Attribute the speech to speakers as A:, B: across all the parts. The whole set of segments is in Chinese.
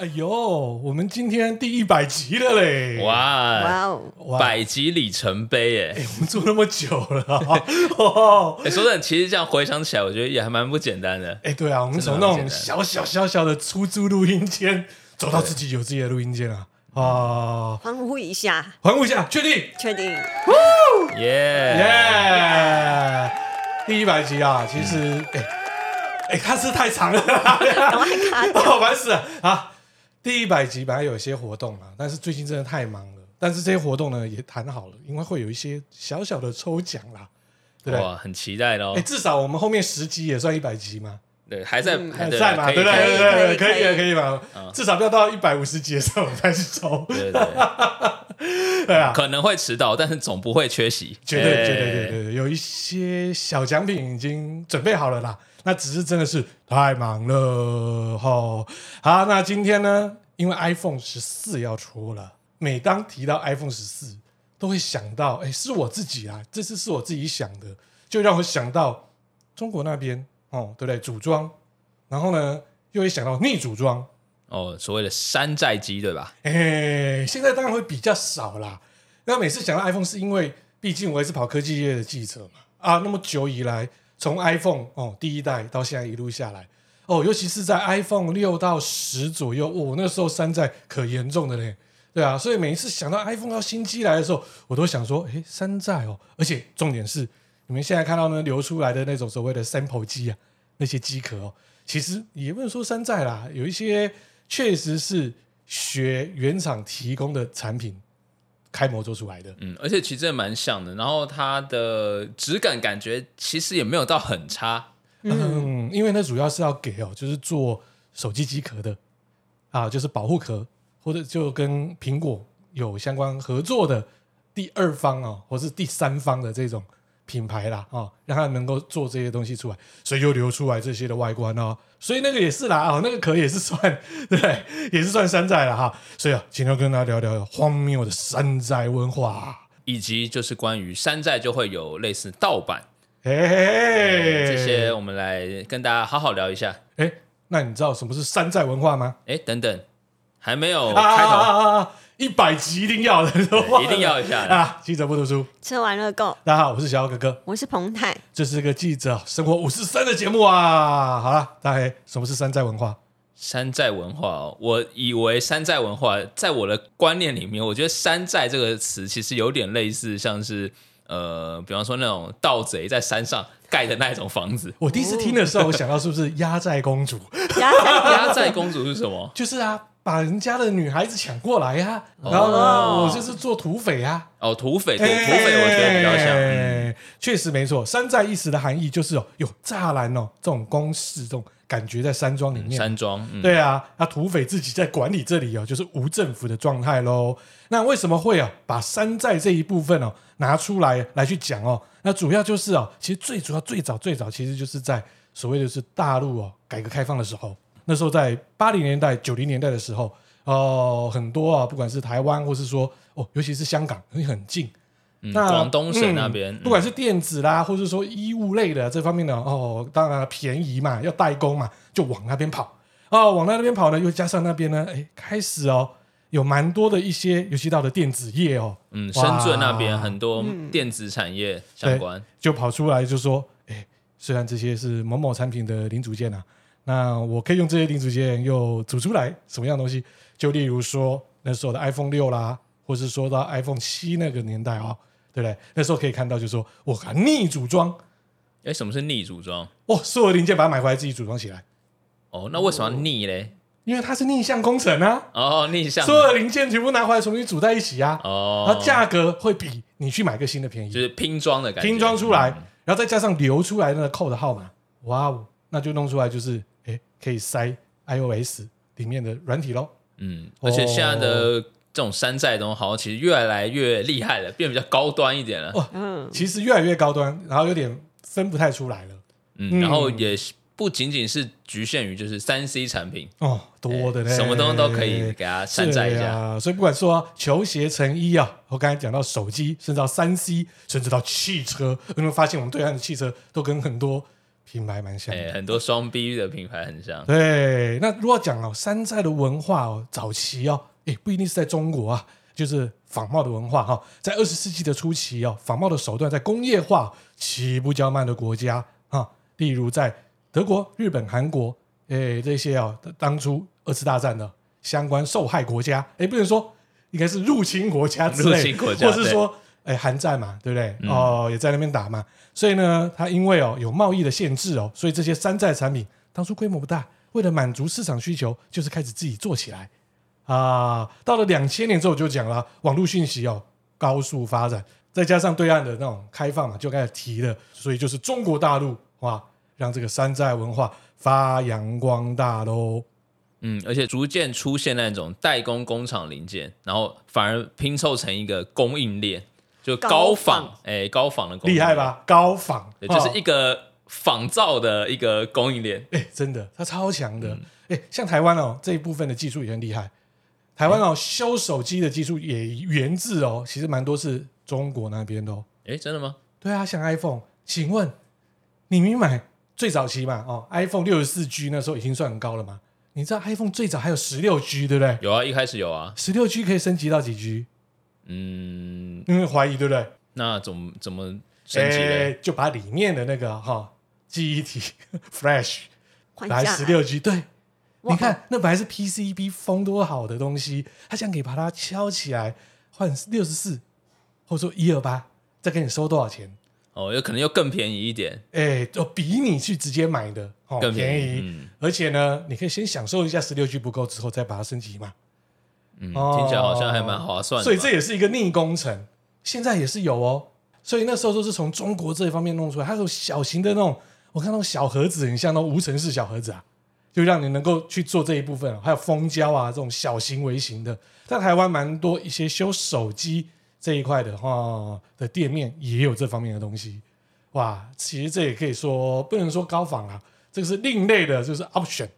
A: 哎呦，我们今天第一百集了嘞！
B: 哇，
A: 呃
C: 哇哦，
A: 哇，
B: 百集里程碑哎、
A: 哎我们做那么久了 啊，哦，
B: 哎，说真的，其实这样回想起来，我觉得也还蛮不简 单的。
A: 哎，对啊，我们从那种小小小小的出租录音间走到自己有自己的录音间啊，啊，
C: 欢呼一下，
A: 环顾一下，确定，
C: 确定
B: 耶、
A: 耶，第一百集啊，其实，哎，哎，它是太长了啦， 哦，烦死了啊！第一百集本来有一些活动啊，但是最近真的太忙了。但是这些活动呢也谈好了，因为会有一些小小的抽奖啦，对不对？
B: 哇，很期待
A: 哎、
B: 喽、
A: 至少我们后面十集也算一百集嘛，
B: 哎对，还在、
C: 嗯
B: 还
A: 在嘛，
B: 可以
A: 对不
B: 可以
A: 对？对对，
C: 可
A: 可以
C: 以可
A: 了，
C: 以
A: 可以嘛。
B: 嗯
A: 至少不要到一百五十集的时候我们再去抽，
B: 对对 对，
A: 对啊，
B: 可能会迟到，但是总不会缺席。
A: 绝对
B: 哎
A: 绝对对对对，有一些小奖品已经准备好了啦。那只是真的是太忙了吼。好，那今天呢，因为 iPhone 十四要出了，每当提到 iPhone 十四，都会想到，哎、是我自己啊，这次是我自己想的，就让我想到中国那边哦，对不对？组装，然后呢，又会想到逆组装，
B: 哦，所谓的山寨机对吧？
A: 哎，现在当然会比较少啦。那每次讲到 iPhone，是因为毕竟我也是跑科技业的记者嘛，啊，那么久以来，从 iPhone 哦第一代到现在一路下来，哦，尤其是在 iPhone 六到十左右，我、哦、那时候山寨可严重的嘞，对啊，所以每一次想到 iPhone 要新机来的时候，我都想说，哎，山寨哦，而且重点是，你们现在看到呢流出来的那种所谓的 sample 机啊，那些机壳哦，其实也不能说山寨啦，有一些确实是学原厂提供的产品开模做出来的。
B: 嗯，而且其实真的蛮像的。然后它的质感感觉其实也没有到很差。
A: 嗯，因为那主要是要给哦，就是做手机机壳的啊，就是保护壳，或者就跟苹果有相关合作的第二方哦，或是第三方的这种品牌啦啊、哦，让它能够做这些东西出来，所以又流出来这些的外观哦，所以那个也是啦哦，那个壳也是算对，也是算山寨了哈。所以啊，今天要跟大家聊聊荒谬的山寨文化。
B: 以及就是关于山寨就会有类似盗版、
A: 嘿嘿嘿，
B: 这些，我们来跟大家好好聊一下。
A: 哎，那你知道什么是山寨文化吗？
B: 哎，等等，还没有
A: 啊
B: 开头，
A: 啊啊！一百集一定要的，
B: 对一定要一下的
A: 啊！记者不读书，
C: 吃完了够，
A: 大家好，我是小姚哥哥，
C: 我是彭 泰，
A: 这是个记者生活五四三的节目啊。好了，大黑，什么是山寨文化？。
B: 山寨文化哦，我以为山寨文化在我的观念里面，我觉得山寨这个词其实有点类似，像是呃，比方说那种盗贼在山上盖的那种房子
A: 我第一次听的时候，我想到是不是压寨公主？
C: 然后
B: 压寨公主是什么？
A: 就是啊，把人家的女孩子抢过来呀、啊，然后呢，
B: 哦
A: 我就是做土匪啊。
B: 哦，土匪，土土匪，我觉得比较像。嗯
A: 哎确实没错，山寨一时的含义就是哦，有栅栏哦，这种公式，这种感觉在山庄里面。
B: 山庄，嗯，
A: 对啊，那土匪自己在管理这里哦，就是无政府的状态喽。那为什么会啊把山寨这一部分哦拿出来来去讲哦？那主要就是哦，其实最主要最早最早其实就是在所谓的是大陆哦改革开放的时候，那时候在八零年代九零年代的时候哦，很多啊，不管是台湾或是说哦，尤其是香港，因为很近，
B: 嗯
A: 那
B: 广东省那
A: 嗯
B: 边，嗯
A: 不管是电子啦，或者说衣物类的这方面的哦，当然便宜嘛，要代工嘛，就往那边跑哦，往那边跑呢，又加上那边呢，哎，开始哦，有蛮多的一些，尤其到的电子业哦，
B: 嗯，深
A: 哇嗯
B: 圳那边很多电子产业相关，
A: 就跑出来就说，哎，虽然这些是某某产品的零组件啊，那我可以用这些零组件又组出来什么样的东西？就例如说那时候的 iPhone 六啦，或是说到 iPhone 七那个年代哦，对不对？那时候可以看到，就说我靠逆组装。
B: 哎，什么是逆组装？
A: 哦，所有零件把它买回来自己组装起来，
B: 哦，那为什么要逆嘞？
A: 因为它是逆向工程啊，
B: 哦，逆向
A: 所，有零件全部拿回来重新组在一起啊，然
B: 哦
A: 后，价格会比你去买个新的便
B: 就
A: 宜，
B: 是拼装的感觉，
A: 拼装出来
B: 嗯，
A: 然后再加上留出来那个扣的号码，哇哦，那就弄出来就是哎可以塞 iOS 里面的软体喽。
B: 嗯，而且现在的这种山寨的东西，好像其实越来越厉害了，变得比较高端一点了。
A: 哦
C: 嗯，
A: 其实越来越高端，然后有点分不太出来了。
B: 嗯，然后也不仅仅是局限于就是三 C 产品，
A: 哦，多的嘞，
B: 哎什么东西都可以给它山寨一
A: 对
B: 下。
A: 啊。所以不管说球鞋、成衣啊，我刚才讲到手机，甚至到三 C，甚至到汽车，有没有发现我们对岸的汽车都跟很多品牌蛮像的。
B: 哎，很多双 B 的品牌很像，
A: 对，那如果讲哦，山寨的文化哦，早期哦，诶，不一定是在中国啊，就是仿冒的文化哈、哦在二十世纪的初期哦，仿冒的手段在工业化起步较慢的国家啊、例如在德国、日本、韩国，诶，这些哦，当初二次大战的相关受害国家，诶，不能说应该是入侵国家之类的，
B: 入侵国家嗯
A: 或是说。哎，韩战嘛，对不对？哦，也在那边打嘛，所以呢，它因为哦有贸易的限制哦，所以这些山寨产品当初规模不大，为了满足市场需求，就是开始自己做起来啊。到了两千年之后就讲了，网络讯息哦高速发展，再加上对岸的那种开放嘛，就开始提了，所以就是中国大陆哇，让这个山寨文化发扬光大喽。
B: 嗯，而且逐渐出现那种代工工厂零件，然后反而拼凑成一个供应链，就高
C: 高
B: 仿
C: 仿，
B: 哎，高仿的供应
A: 厉害
B: 链？
A: 吧？高仿，
B: 对，就是
A: 哦
B: 一个仿造的一个供应链。
A: 哎、真的，它超强
B: 嗯
A: 的。哎、像台湾哦，这一部分的技术也很厉害。台湾哦，修手机的技术也源自哦，其实蛮多是中国那边的哦。
B: 哎，真的吗？
A: 对啊，像 iPhone，请问你明买最早期嘛？哦，iPhone 六十四 G 那时候已经算很高了嘛？你知道 iPhone 最早还有十六 G，对不对？
B: 有啊，一开始有啊。
A: 十六 G 可以升级到几 G？
B: 嗯，
A: 因为怀疑，对不对？
B: 那怎么怎么升级
A: 哎
B: 嘞？
A: 就把里面的那个哈、记忆体 Flash
C: 还
A: 来
C: 价
A: 十六 G，对，
C: 哇
A: 你看那本来是 PCB 封多好的东西，他想给把它敲起来换六十四，或者说一二八，再给你收多少钱？
B: 哦，有可能又更便宜一点。
A: 哎，就比你去直接买的哦
B: 更便
A: 便
B: 宜
A: 宜，
B: 嗯
A: 而且呢，你可以先享受一下十六 G 不够之后再把它升级嘛，
B: 嗯，
A: 哦
B: 听起来好像还蛮划算的吧。
A: 所以这也是一个逆工程，现在也是有哦。所以那时候都是从中国这一方面弄出来，它有小型的那种，我看那种小盒子，很像那种无尘室小盒子啊，就让你能够去做这一部分、还有蜂胶啊这种小型微型的，在台湾蛮多一些修手机这一块的话、哦、的店面也有这方面的东西。哇，其实这也可以说不能说高仿啊，这个是另类的，就是 option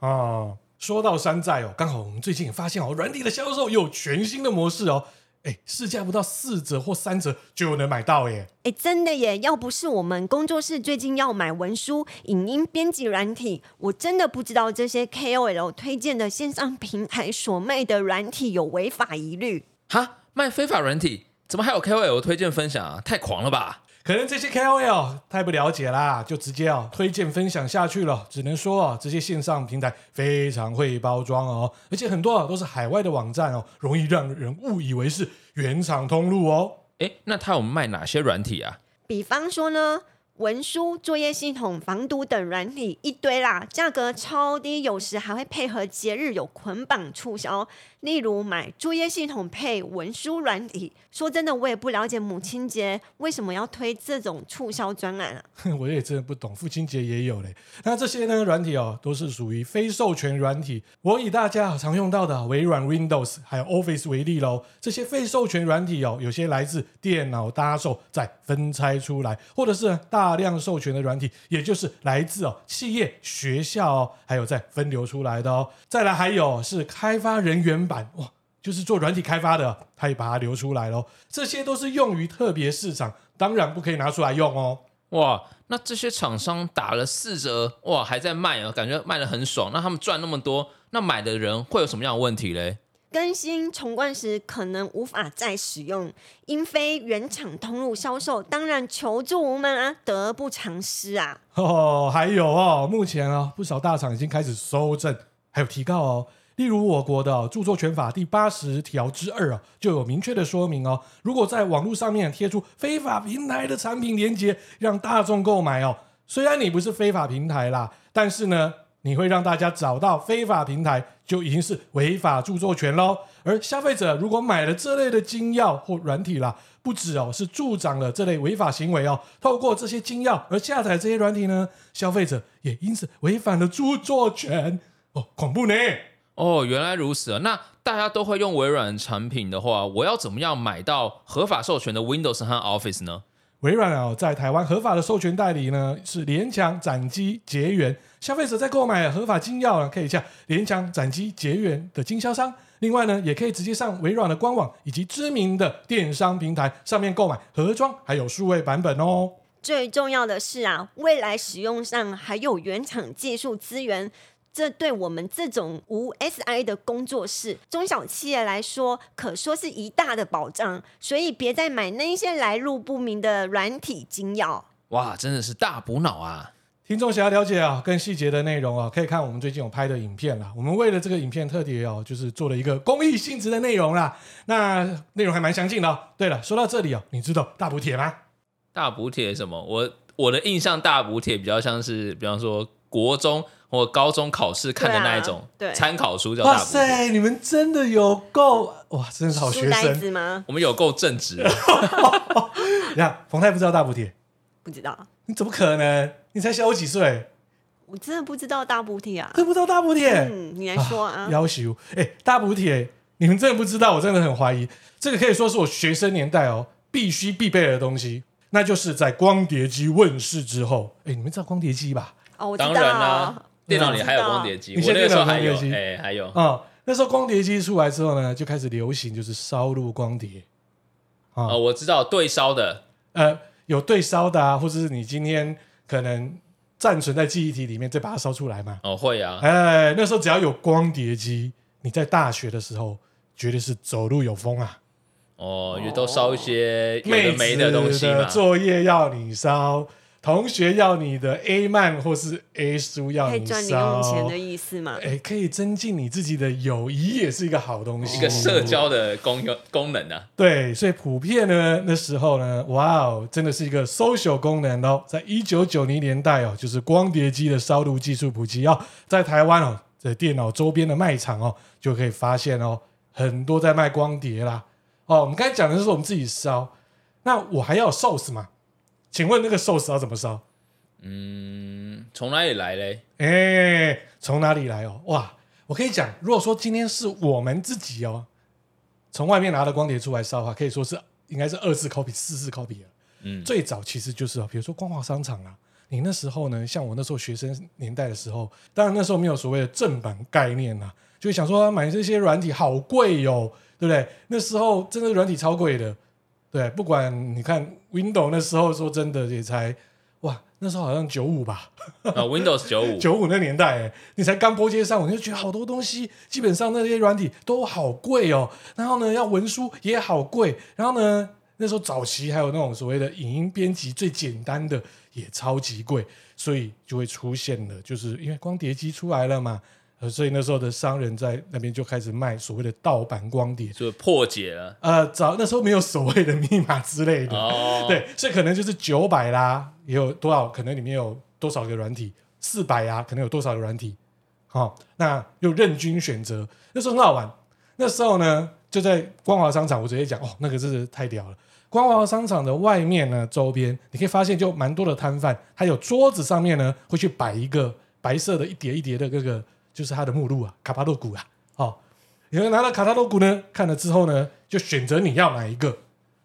A: 哦。说到山寨哦，刚好我们最近也发现哦，软体的销售有全新的模式哦，哎，市价不到四折或三折就能买到耶。
C: 哎，真的耶！要不是我们工作室最近要买文书、影音编辑软体，我真的不知道这些 KOL 推荐的线上平台所卖的软体有违法疑虑。
B: 哈卖非法软体，怎么还有 KOL 推荐分享啊？太狂了吧！
A: 可能这些 KOL 太不了解啦，就直接哦推荐分享下去了。只能说哦，这些线上平台非常会包装哦，而且很多哦都是海外的网站哦，容易让人误以为是原厂通路哦。
B: 哎，那他有卖哪些软体啊？
C: 比方说呢，文书、作业系统、防毒等软体一堆啦，价格超低，有时还会配合节日有捆绑促销。例如买作业系统配文书软体，说真的，我也不了解母亲节为什么要推这种促销专案啊。
A: 我也真的不懂，父亲节也有嘞。那这些呢软体哦，都是属于非授权软体。我以大家常用到的微软 Windows 还有 Office 为例喽。这些非授权软体哦，有些来自电脑搭售再分拆出来，或者是大量授权的软体，也就是来自哦企业、学校哦，还有再分流出来的哦。再来还有是开发人员版哇。就是做软体开发的，他也把它留出来喽。这些都是用于特别市场，当然不可以拿出来用哦。
B: 哇，那这些厂商打了四折，哇，还在卖啊，感觉卖的很爽。那他们赚那么多，那买的人会有什么样的问题嘞？
C: 更新重灌时可能无法再使用，因非原厂通路销售，当然求助无门啊，得不偿失啊。
A: 哦，还有哦，目前啊、不少大厂已经开始收证，还有提告哦。例如我国的、著作权法第八十条之二啊，就有明确的说明哦，如果在网络上面贴出非法平台的产品链接，让大众购买哦，虽然你不是非法平台啦，但是呢，你会让大家找到非法平台，就已经是违法著作权喽。而消费者如果买了这类的精药或软体啦，不止哦是助长了这类违法行为哦。透过这些精药而下载这些软体呢，消费者也因此违反了著作权哦，恐怖呢！
B: 哦，原来如此啊！那大家都会用微软产品的话，我要怎么样买到合法授权的 Windows 和 Office 呢？
A: 微软啊、在台湾合法的授权代理呢是联强、展机、捷源。消费者在购买合法金药呢，可以向联强、展机、捷源的经销商。另外呢，也可以直接上微软的官网以及知名的电商平台上面购买盒装还有数位版本哦。
C: 最重要的是啊，未来使用上还有原厂技术资源，这对我们这种无 SI 的工作室、中小企业来说，可说是一大的保障。所以别再买那一些来路不明的软体金钥。
B: 哇，真的是大补脑啊！
A: 听众想要了解啊更细节的内容啊，可以看我们最近有拍的影片啦。我们为了这个影片特别哦，就是做了一个公益性质的内容啦。那内容还蛮详尽的、哦。对了，说到这里哦，你知道大补帖吗？
B: 大补帖什么？我我的印象大补帖比较像是，比方说国中或高中考试看的那一种
C: 对啊对
B: 参考书叫
A: 哇
B: 大补帖。
A: 塞，你们真的有够哇，真是好
C: 书
A: 学
C: 呆
A: 生。
C: 子吗？
B: 我们有够正直的，
A: 你看，冯太不知道大补帖，
C: 不知道，
A: 你怎么可能？你才小我几岁，
C: 我真的不知道大补贴啊。
A: 都不知道大补帖。
C: 嗯，你来说啊。
A: 要求哎、大补帖，你们真的不知道，我真的很怀疑，这个可以说是我学生年代哦必须必备的东西，那就是在光碟机问世之后，哎、你们知道光碟机吧？
C: 哦，我知道。
B: 当然啊啦，电脑里还有
C: 我知道
B: 光碟机，
A: 你
B: 我
A: 现在
B: 那个时候还
A: 电脑有，
B: 有
A: 光碟机
B: 哎，还有
A: 啊、那时候光碟机出来之后呢，就开始流行就是烧录光碟啊，
B: 哦，我知道对烧的，
A: 呃，有对烧的啊，或者是你今天可能暂存在记忆体里面，再把它烧出来嘛。
B: 哦，会啊，
A: 哎，那时候只要有光碟机，你在大学的时候绝对是走路有风啊。
B: 哦，也都烧一些有
A: 妹
B: 的
A: 子
B: 没的东西
A: 的
B: 嘛。
A: 作业要你烧，同学要你的 A 漫或是 A 书要
C: 可以
A: 你
C: 赚零用钱
A: 烧
C: 的，意思嘛？
A: 哎，可以增进你自己的友谊，也是一个好东西，
B: 一个社。交的功用功能啊，
A: 对，所以普遍呢，那时候呢，哇哦，真的是一个 social 功能哦。在一九九零年代哦，就是光碟机的烧录技术普及哦，在台湾哦，在电脑周边的卖场哦，就可以发现哦，很多在卖光碟啦。哦，我们刚才讲的是我们自己烧，那我还要有 sauce 嘛？请问那个 sauce 要怎么烧？
B: 嗯，从哪里来嘞？
A: 哎，从哪里来哦？哇，我可以讲，如果说今天是我们自己哦，从外面拿的光碟出来烧的话，可以说是应该是二次 copy、四次 copy 了。
B: 嗯，
A: 最早其实就是哦，比如说光华商场啊，你那时候呢，像我那时候学生年代的时候，当然那时候没有所谓的正版概念啊，就会想说、啊买这些软体好贵哟、对不对？那时候真的软体超贵的，对，不管你看 Windows 那时候说真的也才哇，那时候好像九五吧，
B: 啊，Windows 九五，
A: 九五那年代、欸，你才刚波接上，我就觉得好多东西，基本上那些软体都好贵哦、然后呢，要文书也好贵。然后呢，那时候早期还有那种所谓的影音编辑，最简单的也超级贵，所以就会出现了，就是因为光碟机出来了嘛，呃，所以那时候的商人在那边就开始卖所谓的盗版光碟。
B: 就破解了
A: 呃，早那时候没有所谓的密码之类的，
B: 哦，，
A: 对，所以可能就是九百啦，也有多少？可能里面有多少个软体？四百啊，可能有多少个软体？好、那又任君选择，那时候很好玩。那时候呢，就在光华商场，我直接讲哦，那个真是太屌了。光华商场的外面呢，周边你可以发现就蛮多的摊贩，还有桌子上面呢会去摆一个白色的一叠一叠的这个，就是它的目录啊，卡巴洛谷啊，哦，你会拿到卡巴洛谷呢，看了之后呢，就选择你要哪一个，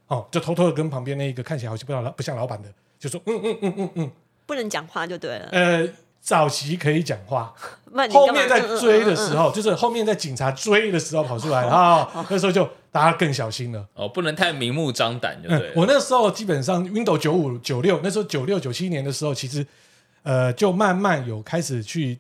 A: 哦，就偷偷的跟旁边那一个看起来好像不像老不像老板的，就说嗯嗯嗯嗯嗯，
C: 不能讲话就对了。
A: 呃，早期可以讲话，
C: 不然你
A: 后
C: 干嘛
A: 面在追的时，
C: 嗯嗯嗯嗯
A: 候，就是后面在警察追的时候跑出来 啊、哦，那时候就大家更小心了。
B: 哦，不能太明目张胆就对
A: 嗯，
B: 了。
A: 我那时候基本上 Windows 九五九六，那时候九六九七年的时候，其实呃就慢慢有开始去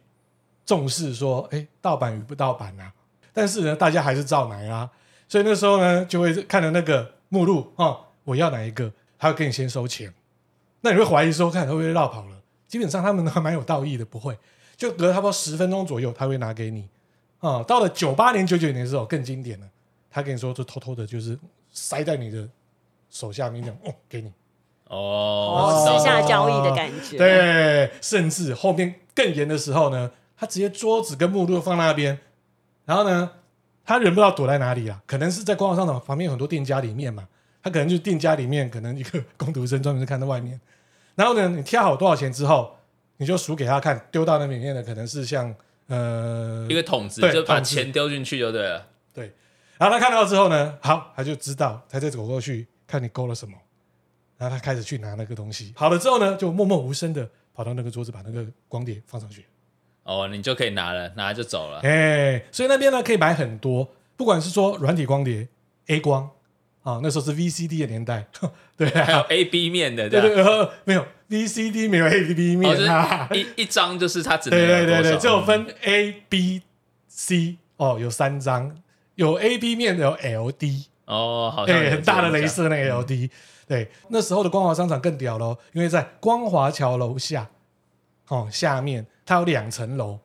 A: 重视说，哎，盗版与不盗版啊。但是呢，大家还是照买啊，所以那时候呢，就会看着那个目录哦，我要哪一个，他会给你先收钱。那你会怀疑说，看会不会绕跑了？基本上他们还蛮有道义的，不会，就隔差不多十分钟左右，他会拿给你。啊、到了九八年、九九年的时候更经典了，他跟你说就偷偷的，就是塞在你的手下面讲，哦，给你。
B: 哦，
C: 哦，
B: 我知
C: 私
B: 道
C: 下
B: 了
C: 交易的感觉。，
A: 对，甚至后面更严的时候呢，他直接桌子跟目录放那边，然后呢，他人不知道躲在哪里啦，啊可能是在官网商场旁边有很多店家里面嘛，他可能就店家里面可能一个工读生专门是看在外面，然后呢，你挑好多少钱之后，你就数给他看，丢到那里面的可能是像呃
B: 一个桶子
A: 对
B: 就把
A: 桶子
B: 钱丢进去就对了。
A: 对，然后他看到之后呢，好，他就知道，他再走过去看你勾了什么，然后他开始去拿那个东西。好了之后呢，就默默无声的跑到那个桌子，把那个光碟放上去。
B: 哦，你就可以拿了，拿了就走了。
A: 哎、所以那边呢可以买很多，不管是说软体光碟、A 光、啊，那时候是 VCD 的年代，对
B: 还有
A: 啊，
B: A B 面的这
A: 对
B: 样
A: 对，呃，没有 VCD 没有 APP
B: 哦，
A: 面啊，
B: 就是一一张就是它只能
A: 对对
B: 有
A: 对
B: 多
A: 对，
B: 少？嗯
A: 就有分 A、B、C 哦，有三张，有 A、B 面的有 LD，
B: 哦，好像
A: 对，
B: 有
A: 哎很大的
B: 这样嗯
A: 镭射那个 LD，对，那时候的光华商场更屌喽，因为在光华桥楼下，哦，下面它有两层楼，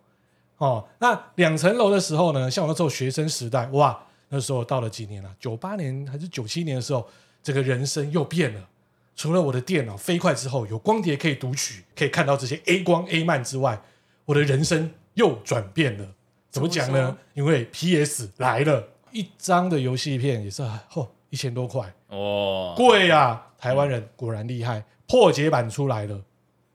A: 哦，那两层楼的时候呢，像我那时候学生时代，哇，那时候到了几年了、九八年还是九七年的时候，这个人生又变了。除了我的电脑飞快之后有光碟可以读取，可以看到这些 A 光 A 漫之外，我的人生又转变了。怎么讲
B: 怎么
A: 呢？因为 PS 来了，一张的游戏片也是嚯一千多块，
B: 哦，
A: 贵啊！台湾人果然厉害，破解版出来了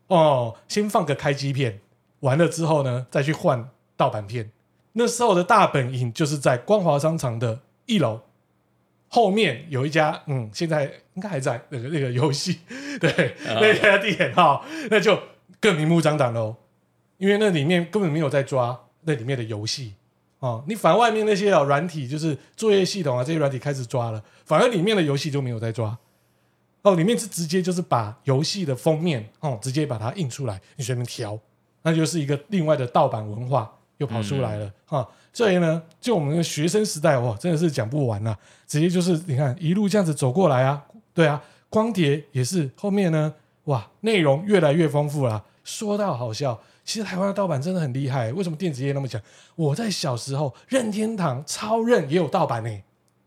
A: 哦。先放个开机片，完了之后呢，再去换盗版片。那时候的大本营就是在光华商场的一楼后面有一家，嗯，现在应该还在那个那个游戏， 对，
B: 啊
A: 那家店哈、那就更明目张胆喽，因为那里面根本没有在抓那里面的游戏。哦，你反而外面那些啊、软体，就是作业系统啊这些软体开始抓了，反而里面的游戏就没有在抓。哦，里面是直接就是把游戏的封面哦，直接把它印出来，你随便调，那就是一个另外的盗版文化又跑出来了哈、所以呢，就我们的学生时代哦哇，真的是讲不完啊，直接就是你看一路这样子走过来啊，对啊，光碟也是后面呢，哇，内容越来越丰富啦。说到好笑，其实台湾的盗版真的很厉害，为什么电子业那么强？我在小时候，任天堂、超任也有盗版呢、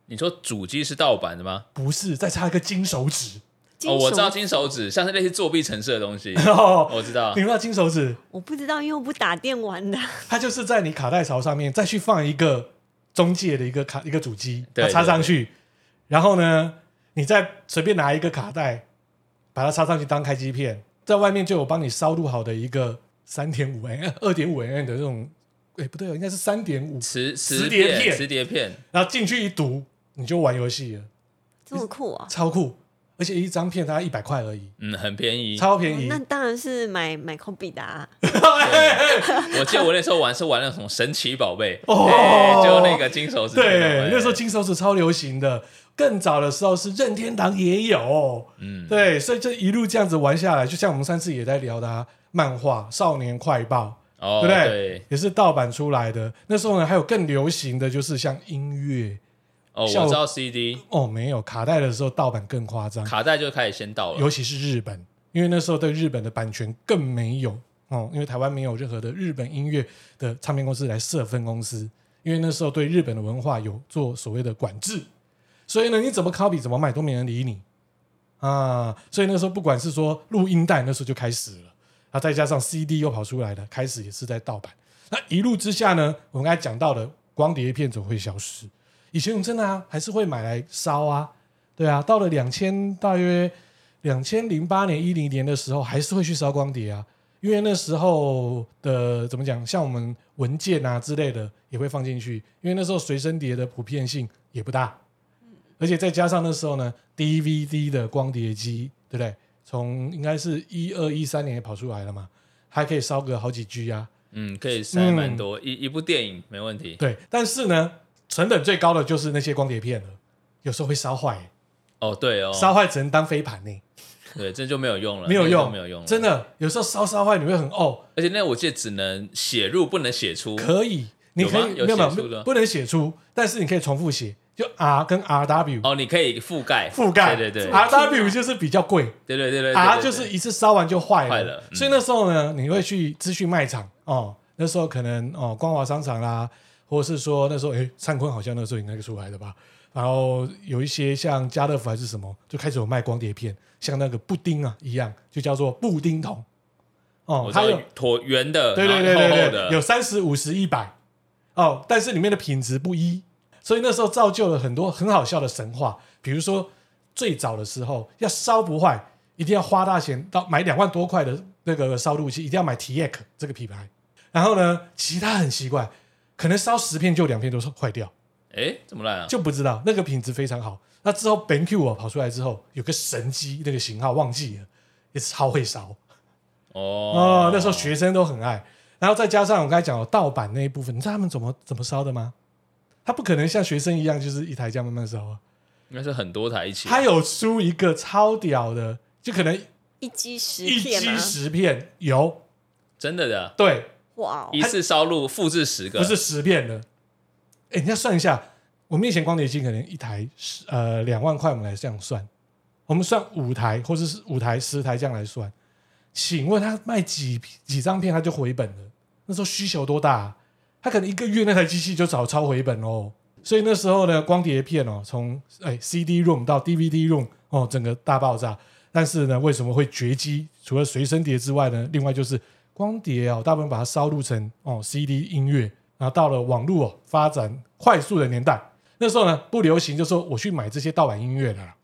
B: 你说主机是盗版的吗？
A: 不是再插一个金手指。
C: 金
B: 哦，我知
C: 手
B: 道金手指，像是类似作弊城市的东西，
A: 哦，
B: 我知道
A: 你。知道金手指，
C: 我不知道，因为我不打电玩 的。
A: 它就是在你卡带槽上面再去放一个中介的一个卡一个主机，
B: 对
A: 它插上去，然后呢，你再随便拿一个卡带，把它插上去当开机片，在外面就有帮你烧录好的一个三点五 N、二点五 N 的这种，哎不对哦，应该是三点五，
B: 磁
A: 磁
B: 磁
A: 碟
B: 片，
A: 片
B: 磁碟片，
A: 然后进去一读，你就玩游戏了，
C: 这么酷啊！
A: 超酷，而且一张片它一百块而已，
B: 嗯，很便宜。
A: 超便宜
C: 哦那。当然是买买 copy 的、啊，
B: 我记得我那时候玩是玩那种神奇宝贝，
A: 哦
B: 哎就那个金手指。
A: 对，那时候
B: 金
A: 金手指超流行的，更早的时候是任天堂也有，
B: 嗯，
A: 对，所以这一路这样子玩下来，就像我们上次也在聊的、啊、漫画《少年快报》
B: 哦，
A: 对不对
B: 对？
A: 也是盗版出来的。那时候呢，还有更流行的就是像音乐
B: 哦，我
A: 像我
B: 知道 CD
A: 哦，没有卡带的时候盗版更夸张，
B: 卡带就开始先到了
A: 尤。其是日本，因为那时候对日本的版权更没有哦，因为台湾没有任何的日本音乐的唱片公司来设分公司，因为那时候对日本的文化有做所谓的管制，所以呢，你怎么 copy 怎么卖都没人理你啊，所以那时候不管是说录音带，那时候就开始了，啊，再加上 CD 又跑出来了，开始也是在盗版。那一路之下呢，我们刚才讲到的光碟片总会消失，以前我们真的啊还是会买来烧啊，对啊，到了两千大约两千零八年、一零年的时候，还是会去烧光碟啊，因为那时候的怎么讲，像我们文件啊之类的也会放进去，因为那时候随身碟的普遍性也不大，而且再加上那时候呢，DVD 的光碟机，对不对？从应该是一二一三年也跑出来了嘛，还可以烧个好几 G 啊。
B: 嗯，可以塞蛮
A: 嗯
B: 多，一一部电影没问题。
A: 对，但是呢，成本最高的就是那些光碟片了，有时候会烧坏、
B: 哦，对哦，
A: 烧坏只能当飞盘呢、
B: 对，这就没有用了，
A: 没有
B: 那个
A: 用，
B: 就没有用了，
A: 真。的，有时候烧烧坏你会很哦，
B: 而且那我记得只能写入，不能写出。
A: 可以，你
B: 有吗
A: 可以
B: 有
A: 没有没
B: 写出
A: 有
B: 的
A: 不能写出，但是你可以重复写，就 R 跟 RW、
B: 哦，你可以覆盖，
A: 覆盖，
B: 对对对，
A: ，RW 就是比较贵
B: 对对对对
A: ，R
B: 对
A: 就
B: 对
A: 是一次烧完就坏
B: 坏
A: 了
B: 了，嗯
A: 所以那时候呢，你会去资讯卖场哦，那时候可能哦光华商场啦，或是说那时候诶，灿坤好像那时候应该出来的吧。然后有一些像家乐福还是什么，就开始有卖光碟片，像那个布丁啊一样，就叫做布丁桶。哦
B: 我，知
A: 它
B: 道
A: 有
B: 椭圆的，
A: 对对对
B: 然后厚厚
A: 对
B: 的
A: 对，有三十、五十、一百哦，但是里面的品质不一，所以那时候造就了很多很好笑的神话，比如说最早的时候要烧不坏，一定要花大钱到买两万多块的那个烧录器，一定要买 TEC 这个品牌。然后呢，其他很奇怪，可能烧十片就有两片都是坏掉，
B: 哎，这么烂啊？
A: 就不知道那个品质非常好。那之后 BenQ 哦跑出来之后，有个神机那个型号忘记了，也是超会烧。
B: 哦
A: 哦，那时候学生都很爱。然后再加上我刚才讲的盗版那一部分，你知道他们怎么怎么烧的吗？他不可能像学生一样，就是一台这样慢慢烧啊，
B: 应该是啊很多台一起。
A: 他有出一个超屌的，就可能
C: 一机十
A: 一
C: 片啊
A: 机
C: 吗？
A: 十片，有
B: 真的的，
A: 对，
C: 哇哦，
B: 一次烧录复制十个，
A: 不是十片的。哎，你要算一下，我们以前光碟机可能一台十呃两万块，我们来这样算，我们算五台或者是五台十台这样来算。请问他卖几几张片他就回本了？那时候需求多大啊、他可能一个月那台机器就找超回本哦。所以那时候呢，光碟片哦，从哎 CD room 到 DVD room 哦，整个大爆炸。但是呢，为什么会绝迹？除了随身碟之外呢，另外就是光碟哦，大部分把它烧录成哦 CD 音乐，然后到了网络哦发展快速的年代，那时候呢不流行，就说我去买这些盗版音乐了啦，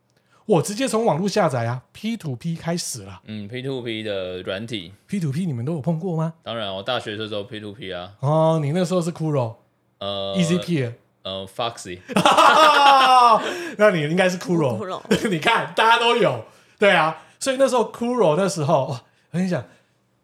A: 我直接从网络下载啊，P to P 开始啦
B: 嗯 P to P 的软体。
A: p to P 你们都有碰过吗？
B: 当然，我大学的时候 P to P 啊，
A: 哦，你那时候是骷髅
B: 呃
A: EZP，了
B: 呃 Foxy，
A: 哦，那你应该是骷髅。
C: 骷髅
A: 你看，大家都有，对啊。所以那时候骷髅那时候，哇，我跟你讲，